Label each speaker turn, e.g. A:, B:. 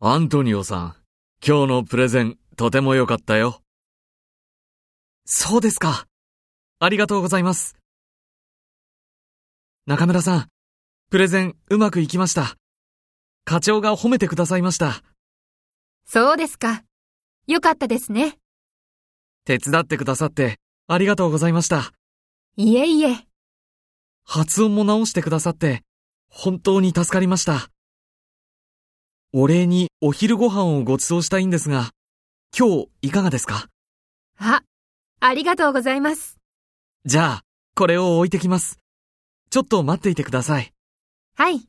A: アントニオさん、今日のプレゼン、とても良かったよ。そうですか。ありがとうございます。中村さん、プレゼンうまくいきました。課長が褒めてくださいました。
B: そうですか。よかったですね。
A: 手伝ってくださって、ありがとうございました。
B: いえいえ。
A: 発音も直してくださって、本当に助かりました。お礼にお昼ご飯をご馳走したいんですが、今日いかがですか
B: あ、ありがとうございます。
A: じゃあ、これを置いてきます。ちょっと待っていてください。
B: はい。